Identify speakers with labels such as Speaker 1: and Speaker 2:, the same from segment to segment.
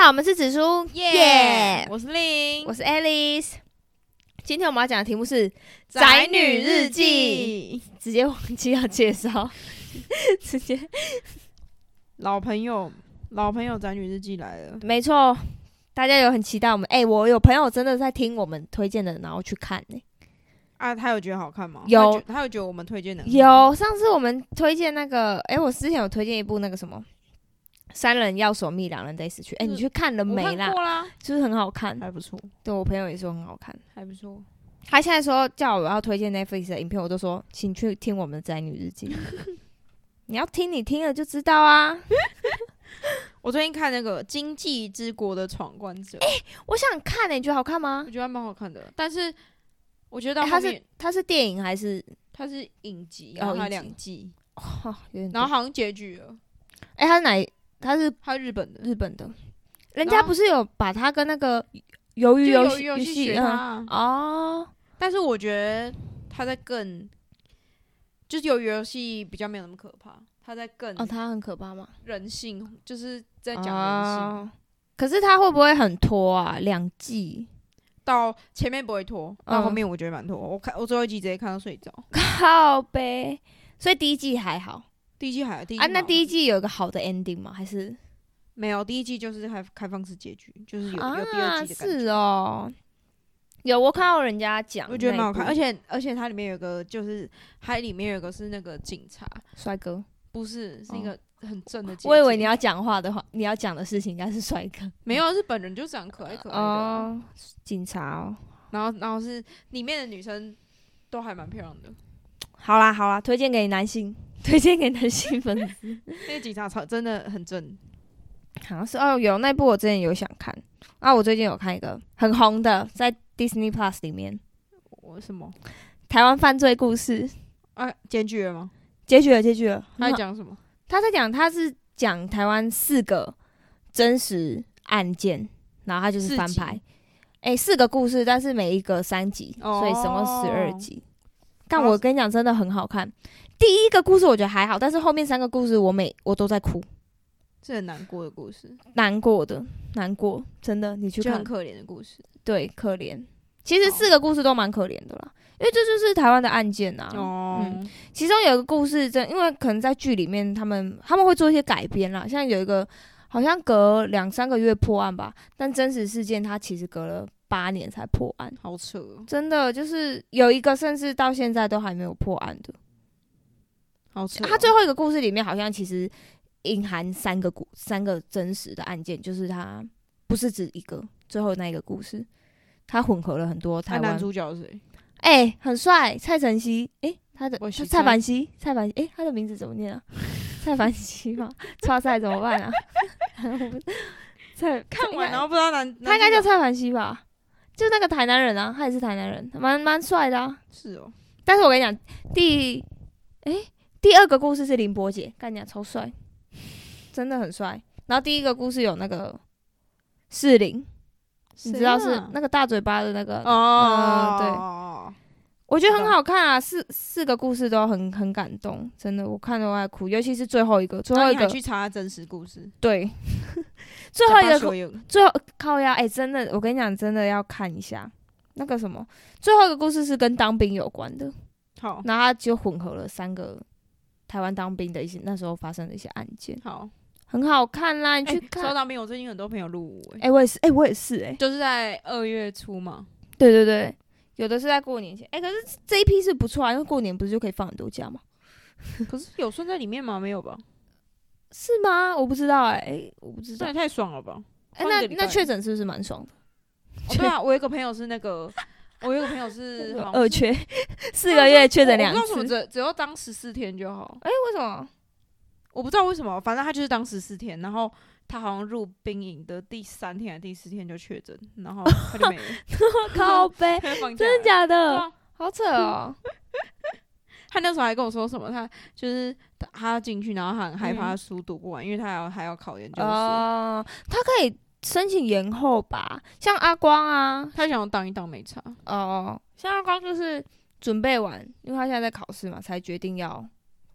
Speaker 1: 好，我们是紫苏，
Speaker 2: 耶！我是令
Speaker 1: 我，是 Alice。今天我们要讲的题目是宅
Speaker 2: 宅女
Speaker 1: 女
Speaker 2: 日
Speaker 1: 日
Speaker 2: 记
Speaker 1: 记，直接忘记要介绍， 直接
Speaker 2: 老朋友，老朋友宅女日记来了。
Speaker 1: 没错。大家有很期待我们哎、我有朋友真的在听我们推荐的，然后去看呢、
Speaker 2: 啊，他有觉得好看吗？
Speaker 1: 有
Speaker 2: 他觉，他有觉得我们推荐的
Speaker 1: 有上次我们推荐那个哎、我之前有推荐一部那个什么《三人要守密，两人得死去》哎、
Speaker 2: 嗯
Speaker 1: 你去看了
Speaker 2: 我
Speaker 1: 没
Speaker 2: 看
Speaker 1: 啦？
Speaker 2: 过啦，
Speaker 1: 就是很好看，
Speaker 2: 还不错，
Speaker 1: 对我朋友也说很好看。
Speaker 2: 还不错。
Speaker 1: 他现在说叫我要推荐 Netflix 的影片，我都说请去听我们的《宅女日 记》。你要听，你听了就知道啊。
Speaker 2: 我最近看那个《经济之国的闯关者》，
Speaker 1: 我想看、欸，你觉得好看吗
Speaker 2: 我？觉得还蛮好看的，但是我觉得
Speaker 1: 欸
Speaker 2: 到
Speaker 1: 它
Speaker 2: 后
Speaker 1: 是
Speaker 2: 面
Speaker 1: 它是电影还是？
Speaker 2: 它是影集，
Speaker 1: 哦
Speaker 2: 然后还有
Speaker 1: 影集
Speaker 2: 两季，
Speaker 1: 哦，有点多。
Speaker 2: 然后好像结局了，
Speaker 1: 哎、它是哪一？它是
Speaker 2: 它日本的，
Speaker 1: 日本的，人
Speaker 2: 然
Speaker 1: 家
Speaker 2: 后
Speaker 1: 不是有把它跟那个鱿鱼
Speaker 2: 就
Speaker 1: 游
Speaker 2: 有
Speaker 1: 戏
Speaker 2: 有去学它
Speaker 1: 嗯
Speaker 2: 啊。
Speaker 1: 哦，
Speaker 2: 但是我觉得他在更，就是有游戏比较没有那么可怕，他在更
Speaker 1: 哦，它很可怕吗？
Speaker 2: 人性，就是在讲人性。
Speaker 1: 哦，可是它会不会很拖啊？两季
Speaker 2: 到前面不会拖，到
Speaker 1: 嗯
Speaker 2: 后面我觉得蛮拖。我看我最后一集直接看到睡着，
Speaker 1: 靠呗，所以第一季还好
Speaker 2: 第一季还第一季
Speaker 1: 啊。那第一
Speaker 2: 季
Speaker 1: 季有一个好的 ending 吗？还是？
Speaker 2: 没有，第一季就是开开放式结局，就是有、有第二
Speaker 1: 啊，
Speaker 2: 季的感觉。
Speaker 1: 是哦，有我看到人家讲那一部，
Speaker 2: 我觉得蛮好看，哎而且而且它里面有个就是，它里面有个是那个警察，
Speaker 1: 帅哥。
Speaker 2: 不是是一个很正的姐姐。
Speaker 1: 我以为你要讲话的话，你要讲的事情应该是帅哥
Speaker 2: 没有，日本人就长可爱可爱的啊、
Speaker 1: 哦，警察哦。
Speaker 2: 然后然后是里面的女生都还蛮漂亮的，
Speaker 1: 好啦好啦，推荐给男性，推荐给男性粉丝，
Speaker 2: 那个警察超真的很正，
Speaker 1: 好像是哦，有那部我之前有想看啊，我最近有看一个很红的，在 Disney Plus 里面，
Speaker 2: 我什么
Speaker 1: 台湾犯罪故事，
Speaker 2: 啊？检举了吗？
Speaker 1: 结局了结局了，
Speaker 2: 他在讲什么？
Speaker 1: 他在讲，他是讲台湾四个真实案件，然后他就是翻
Speaker 2: 四
Speaker 1: 拍
Speaker 2: 集，
Speaker 1: 哎、四个故事，但是每一个三集，
Speaker 2: 哦
Speaker 1: 所以总共十二集。但
Speaker 2: 然后
Speaker 1: 我跟你讲，真的很好看。第一个故事我觉得还好，但是后面三个故事我每我都在哭，
Speaker 2: 是很难过的故事，
Speaker 1: 难过的，难过，真的，你去
Speaker 2: 就
Speaker 1: 看
Speaker 2: 很，可怜的故事。
Speaker 1: 对，可怜。其实
Speaker 2: 好
Speaker 1: 四个故事都蛮可怜的啦，因为这就是台湾的案件啊。
Speaker 2: 哦
Speaker 1: 嗯其中有一个故事真，因为可能在剧里面他们他们会做一些改编啦，像有一个好像隔两三个月破案吧，但真实事件它其实隔了八年才破案，
Speaker 2: 好扯哦，
Speaker 1: 真的就是有一个甚至到现在都还没有破案的。
Speaker 2: 好扯哦。
Speaker 1: 他最后一个故事里面好像其实隐含三个故三个真实的案件，就是他不是只一个，最后那一个故事。他混合了很多
Speaker 2: 他
Speaker 1: 台湾
Speaker 2: 男，主角是谁？
Speaker 1: 哎、很帅，蔡晨曦，哎、他的
Speaker 2: 我喜
Speaker 1: 他
Speaker 2: 欢
Speaker 1: 蔡凡熙，蔡凡，哎、他的名字怎么念啊？ 蔡凡熙吗？超赛怎么办啊？ 我不蔡
Speaker 2: 看完哦然
Speaker 1: 了，
Speaker 2: 后不知道男，
Speaker 1: 他应该
Speaker 2: 男
Speaker 1: 叫
Speaker 2: 主角
Speaker 1: 蔡凡熙吧？就那个台南人啊，他也是台南人，蛮蛮帅的啊。
Speaker 2: 是哦，
Speaker 1: 但是我跟你讲，第哎、第二个故事是林伯杰，干你娘超帅，真的很帅。然后第一个故事有那个士林，你知道
Speaker 2: 谁
Speaker 1: 是
Speaker 2: 啊
Speaker 1: 那嗯个大嘴巴的那个
Speaker 2: 哦，对，
Speaker 1: 我觉得很
Speaker 2: 知道
Speaker 1: 好看啊，四四个故事都很很感动，真的，我看都爱哭，尤其是最后一个，最
Speaker 2: 然后
Speaker 1: 后一
Speaker 2: 你还
Speaker 1: 个
Speaker 2: 去查真实故事，
Speaker 1: 对，最后一
Speaker 2: 假
Speaker 1: 个
Speaker 2: 巴
Speaker 1: 故
Speaker 2: 所有
Speaker 1: 最后靠呀，哎、真的，我跟你讲，真的要看一下那个什么，最后一个故事是跟当兵有关的，
Speaker 2: 好
Speaker 1: 然后他就混合了三个台湾当兵的一些那时候发生的一些案件，
Speaker 2: 好
Speaker 1: 很好看啦，你去
Speaker 2: 哎说
Speaker 1: 看。
Speaker 2: 到没有？我最近很多朋友入伍，哎
Speaker 1: 哎、我也是，哎、我也是、哎，
Speaker 2: 就是在二月初 嘛，
Speaker 1: 对对对，有的是在过年前，哎、可是这一批是不错啊，因为过年不是就可以放很多假吗？
Speaker 2: 可是有算在里面吗？没有吧？
Speaker 1: 是吗？我不知道、哎，我不知
Speaker 2: 这
Speaker 1: 道
Speaker 2: 也。太爽了吧！
Speaker 1: 哎、
Speaker 2: 放一
Speaker 1: 那
Speaker 2: 个礼
Speaker 1: 那
Speaker 2: 拜
Speaker 1: 确诊是不是蛮爽的？
Speaker 2: 哦对啊，我有一个朋友是那个，我有一个朋 友是好像是
Speaker 1: 二缺，四个月确诊两
Speaker 2: 我不知道为什
Speaker 1: 次。
Speaker 2: 么只只要当十四天就好，
Speaker 1: 哎、为什么？
Speaker 2: 我不知道为什么，反正他就是当十四天，然后他好像入兵营的第三天还是第四天就确诊，然后他就 没了，
Speaker 1: 靠背，
Speaker 2: 他就放假了
Speaker 1: 哎真的假
Speaker 2: 对
Speaker 1: 的？
Speaker 2: 啊
Speaker 1: 好扯 哦！
Speaker 2: 他那时候还跟我说什么，他就是他他进去，然后他很害怕
Speaker 1: 嗯
Speaker 2: 他书读不完，因为他还要还要考研究所，
Speaker 1: 哦、他可以申请延后吧？像阿光啊，
Speaker 2: 他想要当一当没差，
Speaker 1: 哦、像阿光就是准备完，因为他现在在考试嘛，才决定要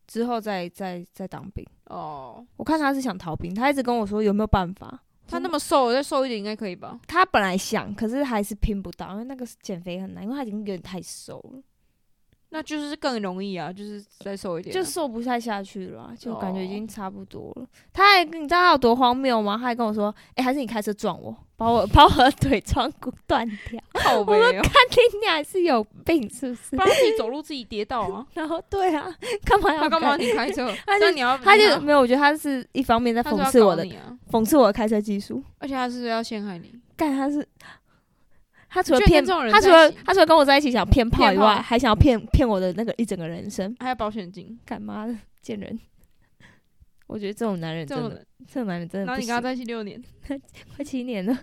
Speaker 1: 之后再再再当兵。
Speaker 2: 哦，
Speaker 1: 我看他是想逃兵，他一直跟我说有没有办法。
Speaker 2: 他那么瘦，再瘦一点应该可以吧？
Speaker 1: 他本来想，可是还是拼不到，因为那个减肥很难，因为他已经有点太瘦了，
Speaker 2: 那就是更容易啊，就是再瘦一点啊、
Speaker 1: 就瘦不太下去了啊、就感觉已
Speaker 2: 哦
Speaker 1: 经差不多了。他还你知道他有多荒谬吗？他还跟我说：“哎、还是你开车撞我，把我 把我的腿穿骨断掉。
Speaker 2: 靠背哦、
Speaker 1: 看 你俩是有病是不是。
Speaker 2: 不？”然自己走路自己跌倒啊
Speaker 1: 然后对啊，干嘛要
Speaker 2: 他干嘛
Speaker 1: 开？
Speaker 2: 你开车？
Speaker 1: 他就
Speaker 2: 那你要
Speaker 1: 他就
Speaker 2: 你
Speaker 1: 没有，我觉得他是一方面在
Speaker 2: 要他
Speaker 1: 讽
Speaker 2: 是
Speaker 1: 刺
Speaker 2: 要
Speaker 1: 我
Speaker 2: 搞
Speaker 1: 的，
Speaker 2: 你啊，
Speaker 1: 讽刺我的开车技术。
Speaker 2: 而且他是要陷害你。
Speaker 1: 干他是，他除了
Speaker 2: 居
Speaker 1: 骗
Speaker 2: 然跟这种人
Speaker 1: 他除
Speaker 2: 在一
Speaker 1: 了
Speaker 2: 起
Speaker 1: 他除了跟我在一起想骗炮
Speaker 2: 骗
Speaker 1: 以外，
Speaker 2: 炮啊
Speaker 1: 还想要骗骗我的那个一整个人生，
Speaker 2: 还有保险金，
Speaker 1: 干嘛的贱人！我觉得这种男人
Speaker 2: 这
Speaker 1: 真
Speaker 2: 种
Speaker 1: 的，这种男人真
Speaker 2: 然
Speaker 1: 的
Speaker 2: 后
Speaker 1: 不
Speaker 2: 你
Speaker 1: 行
Speaker 2: 跟他，在一起六年，
Speaker 1: 快七年了，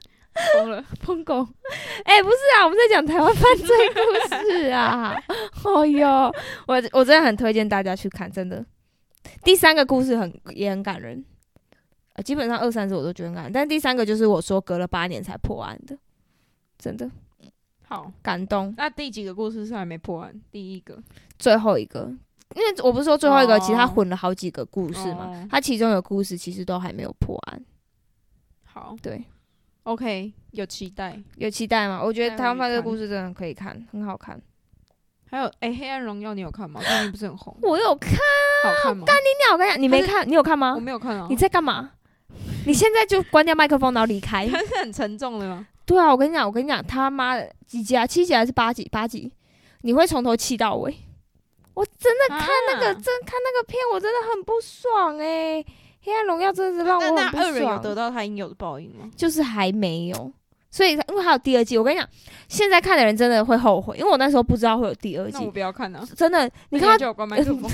Speaker 2: 疯了。
Speaker 1: 疯狗！ 哎、不是啊，我们在讲台湾犯罪故事啊！ 哦哟，我我真的很推荐大家去看，真的。第三个故事很也很感人，呃，基本上二三十我都觉得很感人，但第三个就是我说隔了八年才破案的，真的
Speaker 2: 好，
Speaker 1: 感动。
Speaker 2: 那第几个故事是还没破案？第一个，
Speaker 1: 最后一个，因为我不是说最后一个，
Speaker 2: 哦
Speaker 1: 其实他混了好几个故事嘛
Speaker 2: 哦，
Speaker 1: 他其中有故事其实都还没有破案，
Speaker 2: 好
Speaker 1: 对，
Speaker 2: ，OK，有期待。
Speaker 1: 有期待吗？我觉得
Speaker 2: 待
Speaker 1: 台
Speaker 2: 会
Speaker 1: 湾犯罪
Speaker 2: 去看
Speaker 1: 故事真的可以看，很好看。
Speaker 2: 还有，哎、黑暗荣耀》你有 看吗？最近不是很红，
Speaker 1: 我有看，
Speaker 2: 好看吗？
Speaker 1: 那我跟你讲，你没
Speaker 2: 它是
Speaker 1: 看，你有看吗
Speaker 2: 我？没有看啊，
Speaker 1: 你在干嘛？你现在就关掉麦克风，然后离 开。
Speaker 2: 是很沉重的吗？
Speaker 1: 对啊，我跟你讲，我跟你讲，他妈的几集啊？七集还是八集？八集，你会从头气到尾。我真的
Speaker 2: 看
Speaker 1: 那个真看那个片，我真的很不爽哎、黑暗荣耀》真的是让我
Speaker 2: 那
Speaker 1: 很
Speaker 2: 那
Speaker 1: 不
Speaker 2: 恶人有
Speaker 1: 爽。
Speaker 2: 得到他应有的报应吗？
Speaker 1: 就是还没有，所以因为还有第二季，我跟你讲，现在看的人真的会后悔，因为我那时候不知道会有第二
Speaker 2: 那
Speaker 1: 季
Speaker 2: 我，不要看啊！
Speaker 1: 真的，你看嗯
Speaker 2: 那
Speaker 1: 到
Speaker 2: 就有关麦 克风，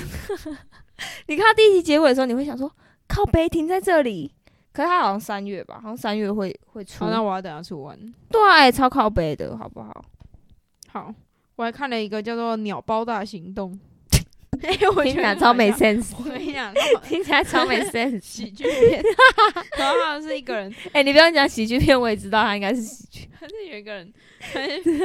Speaker 1: 你看到第一集结尾的时候，你会想说靠北停在这里，可是它好像三月吧，好像三月会会出
Speaker 2: 好，，那我要等他出完。
Speaker 1: 对啊、欸超靠北的好不好？
Speaker 2: 好，我还看了一个叫做《鸟包大行动》， 哎、我
Speaker 1: 听
Speaker 2: 觉
Speaker 1: 起
Speaker 2: 得
Speaker 1: 来
Speaker 2: 很
Speaker 1: 超
Speaker 2: 好
Speaker 1: 没
Speaker 2: 笑
Speaker 1: sense，
Speaker 2: 我跟你讲，干嘛
Speaker 1: 听起来超 没 sense。
Speaker 2: 喜 剧片，然后他是一个人，
Speaker 1: 哎、你不用讲喜剧片，我也知道它应该是喜剧，
Speaker 2: 他是有一个人，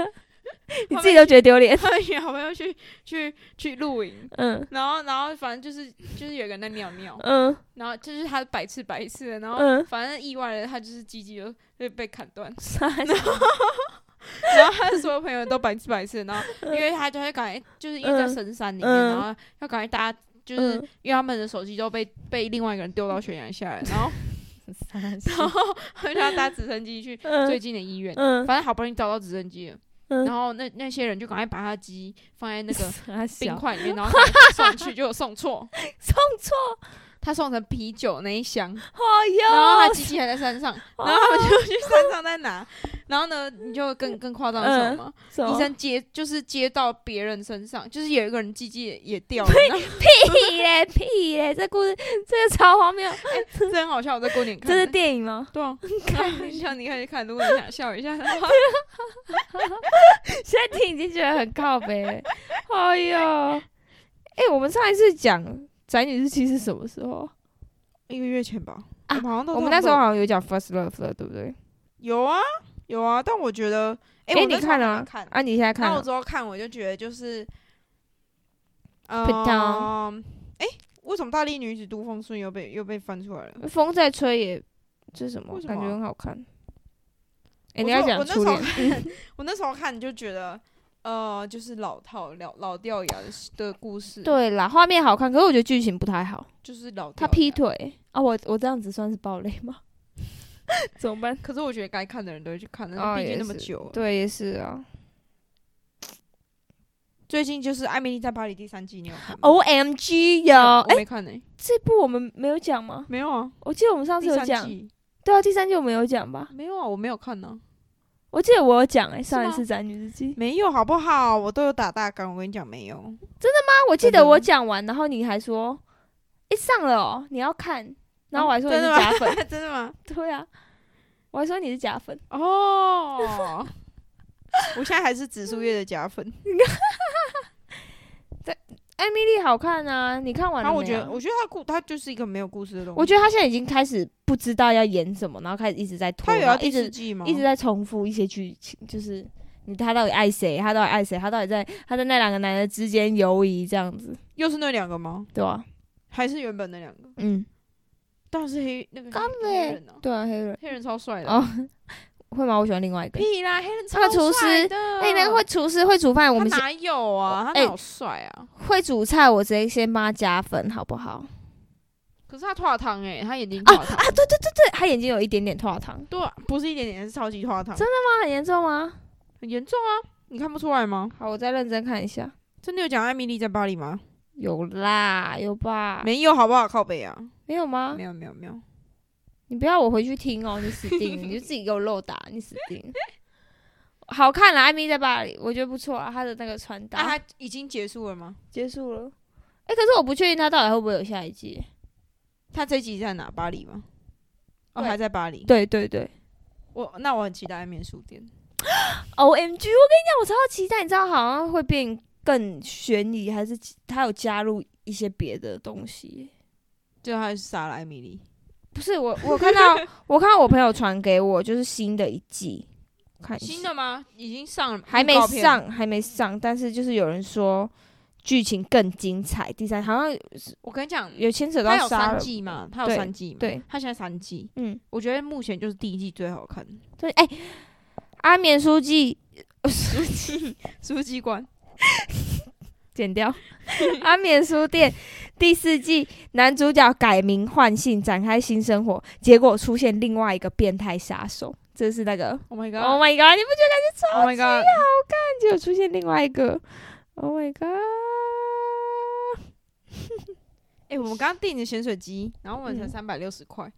Speaker 1: 你自己都觉得丢脸。
Speaker 2: 他们好朋友去去去露营，
Speaker 1: 嗯
Speaker 2: 然后然后反正就是就是有一个人在尿尿，
Speaker 1: 嗯
Speaker 2: 然后就是他白痴白痴的，然后
Speaker 1: 嗯，
Speaker 2: 反正意外的他就是鸡鸡就就被砍断，
Speaker 1: 傻
Speaker 2: 然后他的所有朋友都白痴白痴的， 然后因为他就会赶快就是因为在深山里面，
Speaker 1: 嗯
Speaker 2: 然后要赶快大家。就是
Speaker 1: 嗯
Speaker 2: 因为他们的手机都被被另外一个人丢到悬崖下来，然后 然
Speaker 1: 傻，
Speaker 2: 后他就要搭直升机去最
Speaker 1: 嗯
Speaker 2: 近的医院，
Speaker 1: 嗯
Speaker 2: 反正好不容易找到直升机了，
Speaker 1: 嗯
Speaker 2: 然后那那些人就赶快把他的鸡放在那个
Speaker 1: 傻
Speaker 2: 冰
Speaker 1: 小，
Speaker 2: 块里面， 然后赶快送去，结果送错，
Speaker 1: 送错，
Speaker 2: 他送成啤酒那一
Speaker 1: 哎
Speaker 2: 箱，
Speaker 1: 呦，
Speaker 2: 然后他机器还在山上，
Speaker 1: 哦
Speaker 2: 然后他们就去山上再 拿，然后呢，你就更更夸张
Speaker 1: 嗯
Speaker 2: 的是什么？
Speaker 1: 什么
Speaker 2: 医生接就是接到别人身上，就是有一个人鸡鸡也也掉了，然后
Speaker 1: 屁嘞屁嘞，这故事这个超荒谬，
Speaker 2: 真的很好笑，我在过年看的，
Speaker 1: 这是电影吗？
Speaker 2: 对 啊，看一下你可以看，如果你想笑一下的话，
Speaker 1: 现在听已经觉得很靠北了。哎呦，哎、我们上一次讲宅女日记是什么时候？
Speaker 2: 一个月前吧，
Speaker 1: 啊
Speaker 2: 我们好像都
Speaker 1: 我们
Speaker 2: 差
Speaker 1: 那
Speaker 2: 不
Speaker 1: 时
Speaker 2: 多
Speaker 1: 候好像有讲 first love 了，对不对？
Speaker 2: 有啊有啊，但我觉得，
Speaker 1: 诶
Speaker 2: 哎、我
Speaker 1: 你
Speaker 2: 那时
Speaker 1: 看
Speaker 2: 候还
Speaker 1: 了
Speaker 2: 没
Speaker 1: 吗
Speaker 2: 看，
Speaker 1: 啊，你现在看
Speaker 2: 那我
Speaker 1: 了
Speaker 2: 之后看我就觉得就是，嗯、
Speaker 1: Put down
Speaker 2: 哎、为什么大力女子都风顺又被又被翻出来了？
Speaker 1: 风在吹也，这是什么？啊
Speaker 2: 为什么
Speaker 1: 感觉很好看。哎、
Speaker 2: 我
Speaker 1: 你要
Speaker 2: 说
Speaker 1: 讲
Speaker 2: 我那
Speaker 1: 初
Speaker 2: 时候
Speaker 1: 恋？
Speaker 2: 看，我那时候看就觉得，呃，就是老套老老掉牙的的故事，，
Speaker 1: 对啦，画面好看，可是我觉得剧情不太好。
Speaker 2: 就是老
Speaker 1: 他
Speaker 2: 掉
Speaker 1: 劈
Speaker 2: 牙，
Speaker 1: 腿 啊，我我这样子算是暴雷吗？ 怎么办？
Speaker 2: 可是我觉得该看的人都会去看，
Speaker 1: 哦
Speaker 2: 那毕
Speaker 1: 也
Speaker 2: 竟那么
Speaker 1: 是
Speaker 2: 久了。
Speaker 1: 对，也是啊。
Speaker 2: 最近就是《艾米丽在巴黎》第三季，你有看吗？
Speaker 1: O M G 有，
Speaker 2: 哦我
Speaker 1: 哎、
Speaker 2: 没看呢、
Speaker 1: 这部我们没有讲吗？
Speaker 2: 没有啊，
Speaker 1: 我记得我们上次
Speaker 2: 第
Speaker 1: 有
Speaker 2: 三
Speaker 1: 讲，
Speaker 2: 季
Speaker 1: 对啊，第三季我们有讲吧？
Speaker 2: 没有啊，我没有看呢、
Speaker 1: 我记得我有讲哎、上一
Speaker 2: 吗
Speaker 1: 次《宅女日记》啊，
Speaker 2: 没有好不好？我都有打大纲，我跟你讲没有。
Speaker 1: 啊我记
Speaker 2: 真
Speaker 1: 得
Speaker 2: 的
Speaker 1: 我
Speaker 2: 吗
Speaker 1: 讲完，然后你还说，哎、上了哦、你要看，然后我还说你
Speaker 2: 真
Speaker 1: 是
Speaker 2: 的吗
Speaker 1: 假粉，
Speaker 2: 真的吗？
Speaker 1: 对啊，我还说你是假粉，
Speaker 2: 哦，我现在还是紫苏叶的假 粉。
Speaker 1: 艾米丽好看啊，你看完
Speaker 2: 然
Speaker 1: 了
Speaker 2: 后
Speaker 1: 没、啊？
Speaker 2: 我觉得，我觉得他故他就是一个没有故事的东西。
Speaker 1: 我觉得他现在已经开始不知道要演什么，然后开始一直在拖，
Speaker 2: 他有
Speaker 1: 然
Speaker 2: 要
Speaker 1: 后一
Speaker 2: 第四
Speaker 1: 直
Speaker 2: 季吗？
Speaker 1: 一直在重复一些剧情，就是你他到底爱谁，他到底爱谁，他到底在他在那两个男人之间游移这样子，
Speaker 2: 又是那两个吗？
Speaker 1: 对吧、啊？
Speaker 2: 还是原本那两个？
Speaker 1: 嗯，
Speaker 2: 当然是黑那个
Speaker 1: 干
Speaker 2: 黑黑人啊，
Speaker 1: 对啊，黑人
Speaker 2: 黑人超帅的
Speaker 1: 哦， 会吗？我喜欢另外一个。
Speaker 2: 屁啦，黑人超
Speaker 1: 他厨
Speaker 2: 帅
Speaker 1: 师
Speaker 2: 的，
Speaker 1: 哎、那个会厨师会煮饭，我们
Speaker 2: 他
Speaker 1: 先
Speaker 2: 哪有啊？他
Speaker 1: 哎
Speaker 2: 哪有帅啊？
Speaker 1: 会煮菜，我直接先帮他加分，好不好？
Speaker 2: 可是他化汤哎，他眼睛
Speaker 1: 啊
Speaker 2: 化汤，
Speaker 1: 啊，对对对对，他眼睛有一点点脱糖，
Speaker 2: 对啊，不是一点点，是超级化汤，
Speaker 1: 真那很严重吗？
Speaker 2: 很严重啊！你看不出来吗？
Speaker 1: 好，我再认真看一下，
Speaker 2: 真的有讲艾米丽在巴黎吗？
Speaker 1: 有啦，有吧？
Speaker 2: 没有，好不好？靠北啊，
Speaker 1: 没有吗
Speaker 2: 没？有，没有，没有。
Speaker 1: 你不要我回去听哦，你死定，你就自己给我漏打，你死定。好看啦，艾米在巴黎，我觉得不错啊，她的那个穿搭、
Speaker 2: 啊，他已经结束了吗？
Speaker 1: 结束了。哎、可是我不确定她到底会不会有下一季。
Speaker 2: 他这一集在哪？巴黎吗？哦，
Speaker 1: 对
Speaker 2: 还在巴黎。
Speaker 1: 对对对
Speaker 2: 我那我很期待面书店。
Speaker 1: ，O M G！我跟你讲，我超期待，你知道好像会变更悬疑，还是她有加入一些别的东西耶？
Speaker 2: 最后还是杀了艾米丽。
Speaker 1: 不是我，我看到我看到我朋友传给我，就是新的一季，看一下
Speaker 2: 新的吗？已经上了吗，
Speaker 1: 还没
Speaker 2: 预告片
Speaker 1: 上，还没上，但是就是有人说剧情更精彩，第三好像
Speaker 2: 我跟你讲，
Speaker 1: 有牵扯
Speaker 2: 它
Speaker 1: 到
Speaker 2: 有
Speaker 1: 杀
Speaker 2: 三
Speaker 1: 了，
Speaker 2: 季嘛，它有
Speaker 1: 对
Speaker 2: 三季嘛，
Speaker 1: 对，
Speaker 2: 它现在三季，
Speaker 1: 嗯，
Speaker 2: 我觉得目前就是第一季最好看。
Speaker 1: 对，哎、阿眠书记
Speaker 2: 书记， 书记官，
Speaker 1: 剪掉，阿眠书店第四季男主角改名换姓，展开新生活，结果出现另外一个变态杀手，这是那个
Speaker 2: Oh my
Speaker 1: Oh
Speaker 2: god，Oh
Speaker 1: my god，你不觉得
Speaker 2: ，Oh my god，
Speaker 1: 就有出现另外一个？Oh my god！
Speaker 2: 哎，我们刚刚订的咸水鸡，然后我们才
Speaker 1: 嗯
Speaker 2: 三百六十块，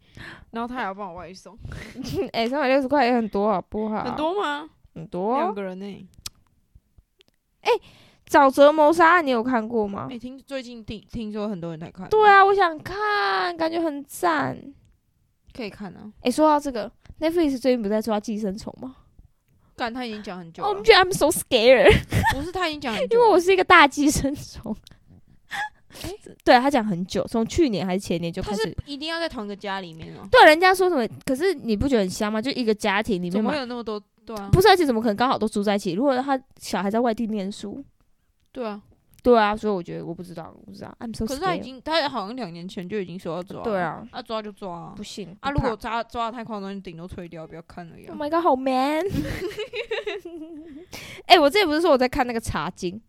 Speaker 2: 然后他还要帮我外送，
Speaker 1: 哎、三百六十块也很多，好不好？
Speaker 2: 很多吗？
Speaker 1: 很多
Speaker 2: 两
Speaker 1: 哦。
Speaker 2: 个人呢？
Speaker 1: 沼泽谋杀案你有看过吗？
Speaker 2: 哎，听最近听听说很多人在看，
Speaker 1: 对，啊，我想看，感觉很赞。
Speaker 2: 可以看啊。
Speaker 1: 哎、说到这个，Netflix 最近不是在抓寄生虫吗
Speaker 2: 但他已经讲很久
Speaker 1: 哦我
Speaker 2: 了
Speaker 1: 们，觉得 I'm so scared，
Speaker 2: 不是他已经讲很 久
Speaker 1: 因
Speaker 2: 了，
Speaker 1: 为我是一个大寄生虫。对他讲很久，从去年还是前年就
Speaker 2: 他
Speaker 1: 开
Speaker 2: 是
Speaker 1: 始。
Speaker 2: 一定要在同一个家里面哦，
Speaker 1: 对，人家说什么？可是你不觉得很香吗？就一个家庭里
Speaker 2: 怎
Speaker 1: 面
Speaker 2: 么
Speaker 1: 嘛
Speaker 2: 会，有那么多？对 啊，
Speaker 1: 不是，而且怎么可能刚好都住在一起？如果他小孩在外地念书，
Speaker 2: 对啊，
Speaker 1: 对啊，所以我觉得我不知道，我不知道，I'm so scared。
Speaker 2: 可是他已经，他好像两年前就已经说要抓，
Speaker 1: 对，啊，
Speaker 2: 要抓就抓啊
Speaker 1: 不。信
Speaker 2: 啊，
Speaker 1: 不
Speaker 2: 如
Speaker 1: 怕
Speaker 2: 果抓抓的太夸张，你顶多吹掉，不要看了呀
Speaker 1: Oh。my god，好 man！哎、我之前不是说我在看那个《茶经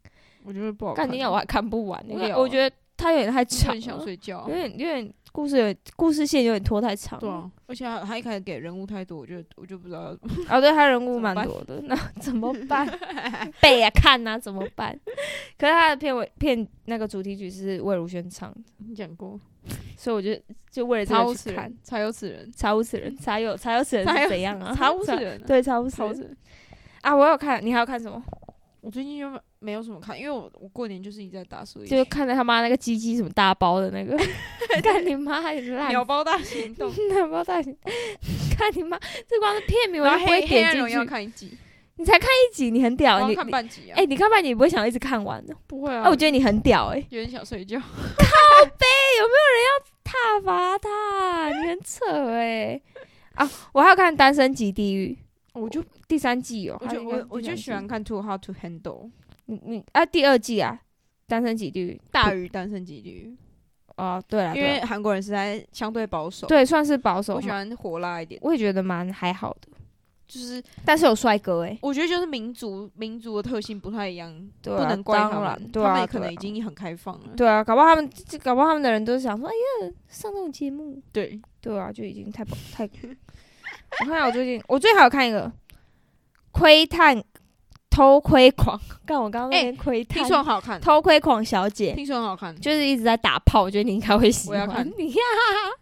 Speaker 2: 我觉得不好》，看。
Speaker 1: 干你鸟我还看不完、
Speaker 2: 无
Speaker 1: 那
Speaker 2: 聊
Speaker 1: 个
Speaker 2: 啊
Speaker 1: 我觉得它有点太
Speaker 2: 就
Speaker 1: 长
Speaker 2: 很想
Speaker 1: 了，
Speaker 2: 睡觉啊
Speaker 1: 有。点有点故事有点故事线有点拖太长。
Speaker 2: 对啊，而且他他一开始给人物太多，我觉得我就不知道要怎么。
Speaker 1: 啊，对，他人物
Speaker 2: 怎么
Speaker 1: 蛮
Speaker 2: 办
Speaker 1: 多的，那 怎 么办？背啊看啊，怎么办？可是他的片尾片那个主题曲是魏如萱唱的，
Speaker 2: 你讲过，
Speaker 1: 所以我就就为了这
Speaker 2: 查无
Speaker 1: 个
Speaker 2: 此
Speaker 1: 去看
Speaker 2: 人，。查有此人，
Speaker 1: 查无此人，查有查有此人
Speaker 2: 查有
Speaker 1: 是怎样啊？
Speaker 2: 查无此人 啊，
Speaker 1: 对，查无此
Speaker 2: 查无
Speaker 1: 人
Speaker 2: 此人。
Speaker 1: 啊！我有看，你还有看什么？
Speaker 2: 我最近就没有什么看，因为我我过年就是一直在打所以
Speaker 1: 就是看着他妈那个鸡鸡什么大包的那 个，看你妈也烂
Speaker 2: 鸟包大行动，
Speaker 1: 那包大型，看你妈，这光是片 名我
Speaker 2: 然
Speaker 1: 就
Speaker 2: 后
Speaker 1: 不会
Speaker 2: 黑黑
Speaker 1: 点
Speaker 2: 暗
Speaker 1: 进
Speaker 2: 荣耀
Speaker 1: 去。
Speaker 2: 看一集，
Speaker 1: 你才看一集，你很
Speaker 2: 然
Speaker 1: 屌，
Speaker 2: 后
Speaker 1: 你
Speaker 2: 看
Speaker 1: 你
Speaker 2: 半集啊。
Speaker 1: 哎，，你看半集你不会想要一直看完的。
Speaker 2: 不会
Speaker 1: 哎，
Speaker 2: 啊，
Speaker 1: 我觉得你很屌哎，
Speaker 2: 有点想睡觉。
Speaker 1: 大罚他，你很扯哎。啊，我还有看《单身级地狱》，
Speaker 2: 我就
Speaker 1: 第三季有，
Speaker 2: 哦我
Speaker 1: 还
Speaker 2: 就
Speaker 1: 有一个
Speaker 2: 我我
Speaker 1: 第
Speaker 2: 就
Speaker 1: 三
Speaker 2: 喜
Speaker 1: 季
Speaker 2: 欢看《Too Hard to Handle》。
Speaker 1: 你你啊，第二季啊，《单身级地狱》
Speaker 2: 大于单身几率，
Speaker 1: 哦，对了，
Speaker 2: 因
Speaker 1: 对
Speaker 2: 为
Speaker 1: 啦
Speaker 2: 韩国人实在相对保守，，
Speaker 1: 对算是保守
Speaker 2: 我喜
Speaker 1: 嘛，
Speaker 2: 欢火辣一点，
Speaker 1: 我也觉得蛮还好的，
Speaker 2: 就是
Speaker 1: 但是有帅哥哎。
Speaker 2: 我觉得就是民族民族的特性不太一样，
Speaker 1: 对啊
Speaker 2: 不能怪他
Speaker 1: 当
Speaker 2: 们，
Speaker 1: 然对啊
Speaker 2: 他们也可
Speaker 1: 对啊
Speaker 2: 能已经很开放了，
Speaker 1: 对啊，搞不好他们，这搞不好他们的人都是想说，哎呀，上这种节目，
Speaker 2: 对，
Speaker 1: 对啊，就已经太不太。我看一下我最近，我最好看一个《窥探偷窥狂》， 干我刚刚那边窥探、
Speaker 2: 哎听说很好看，
Speaker 1: 偷窥狂小姐，
Speaker 2: 听说很好看
Speaker 1: 就是一直在打炮，我觉得你应该会喜欢。
Speaker 2: 我要看
Speaker 1: 你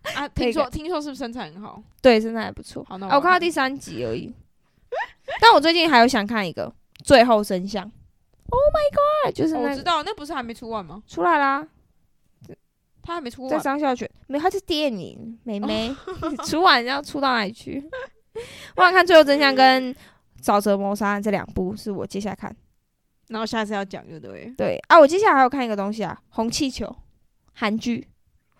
Speaker 1: 看，
Speaker 2: 啊，
Speaker 1: 可以
Speaker 2: 听说听说是不是身材很好？
Speaker 1: 对，身材还不错。
Speaker 2: 好，那
Speaker 1: 啊，我看到第三集而已。但我最近还有想看一个《最后真相》，Oh my god，就是
Speaker 2: 哦我
Speaker 1: 那
Speaker 2: 知
Speaker 1: 个、
Speaker 2: 道那不是还没出完吗？
Speaker 1: 出来啦。
Speaker 2: 他还没出
Speaker 1: 在
Speaker 2: 完，
Speaker 1: 上校犬，没有，它是电影，
Speaker 2: 哦
Speaker 1: 妹 妹， 出完要出到哪里去？ 我想看《最后真相》跟《沼泽谋杀案》这两部是我接下来看。
Speaker 2: 然后下次要讲就对了，
Speaker 1: 对啊，我接下来还有看一个东西啊，《红气球》，韩剧，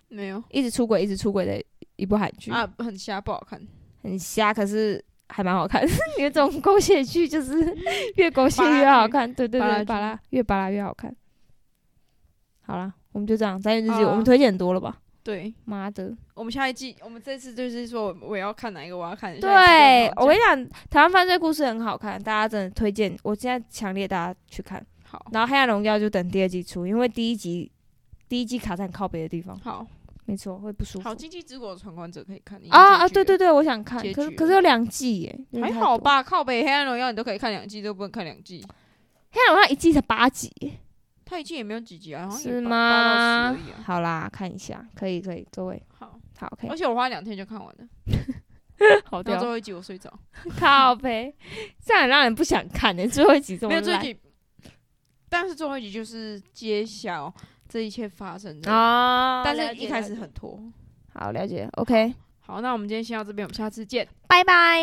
Speaker 2: 没有
Speaker 1: 一直出轨，一直出轨的一部韩剧，
Speaker 2: 啊，很瞎，不好看，
Speaker 1: 很瞎，可是还蛮好看。 因为这种狗血剧就是 越狗血越好看，对对
Speaker 2: 巴拉
Speaker 1: 对，
Speaker 2: 剧
Speaker 1: 巴拉越巴拉越好看。好啦，我们就这样，《三月日记》
Speaker 2: 好啊
Speaker 1: 我们推荐很多了吧？
Speaker 2: 对，
Speaker 1: 妈的！
Speaker 2: 我们下一季，我们这次就是说我我要看哪一个，我要看。
Speaker 1: 对，我跟
Speaker 2: 也
Speaker 1: 你讲，台湾犯罪故事很好看，大家真的推荐。我现在强烈大家去看。
Speaker 2: 好
Speaker 1: 然后《黑暗荣耀》就等第二季出，因为第一集第一季卡在很靠北的地方，
Speaker 2: 好
Speaker 1: 没错，会不舒服
Speaker 2: 好，《经济之国的闯关者》可以看。
Speaker 1: 啊啊！对
Speaker 2: 对
Speaker 1: 对对，我想看
Speaker 2: 结，
Speaker 1: 可是
Speaker 2: 局
Speaker 1: 可是有两季耶，有点
Speaker 2: 还
Speaker 1: 太
Speaker 2: 好
Speaker 1: 多？
Speaker 2: 吧，靠北《黑暗荣耀》你都可以看两季，都不能看两季。
Speaker 1: 《黑暗荣耀》一季才八集耶，
Speaker 2: 它一季也没有几集啊，好像也
Speaker 1: 是
Speaker 2: 八八到
Speaker 1: 吗
Speaker 2: 十而已啊？
Speaker 1: 好啦，看一下，可以可以，各位
Speaker 2: 好，
Speaker 1: 好可以
Speaker 2: 而，且我花两天就看完了，
Speaker 1: 好
Speaker 2: 然后最
Speaker 1: 掉，
Speaker 2: 后一集我睡着，
Speaker 1: 靠呗，这样很让人不想看呢。最后一集这么
Speaker 2: 没有最后
Speaker 1: 烂
Speaker 2: 一集，但是最后一集就是揭晓这一切发生的，
Speaker 1: 啊，
Speaker 2: 但
Speaker 1: 了
Speaker 2: 是
Speaker 1: 解
Speaker 2: 一开
Speaker 1: 了
Speaker 2: 始
Speaker 1: 解
Speaker 2: 很拖。
Speaker 1: 好了解，OK，
Speaker 2: 好，那我们今天先到这边，我们下次见。
Speaker 1: 拜拜。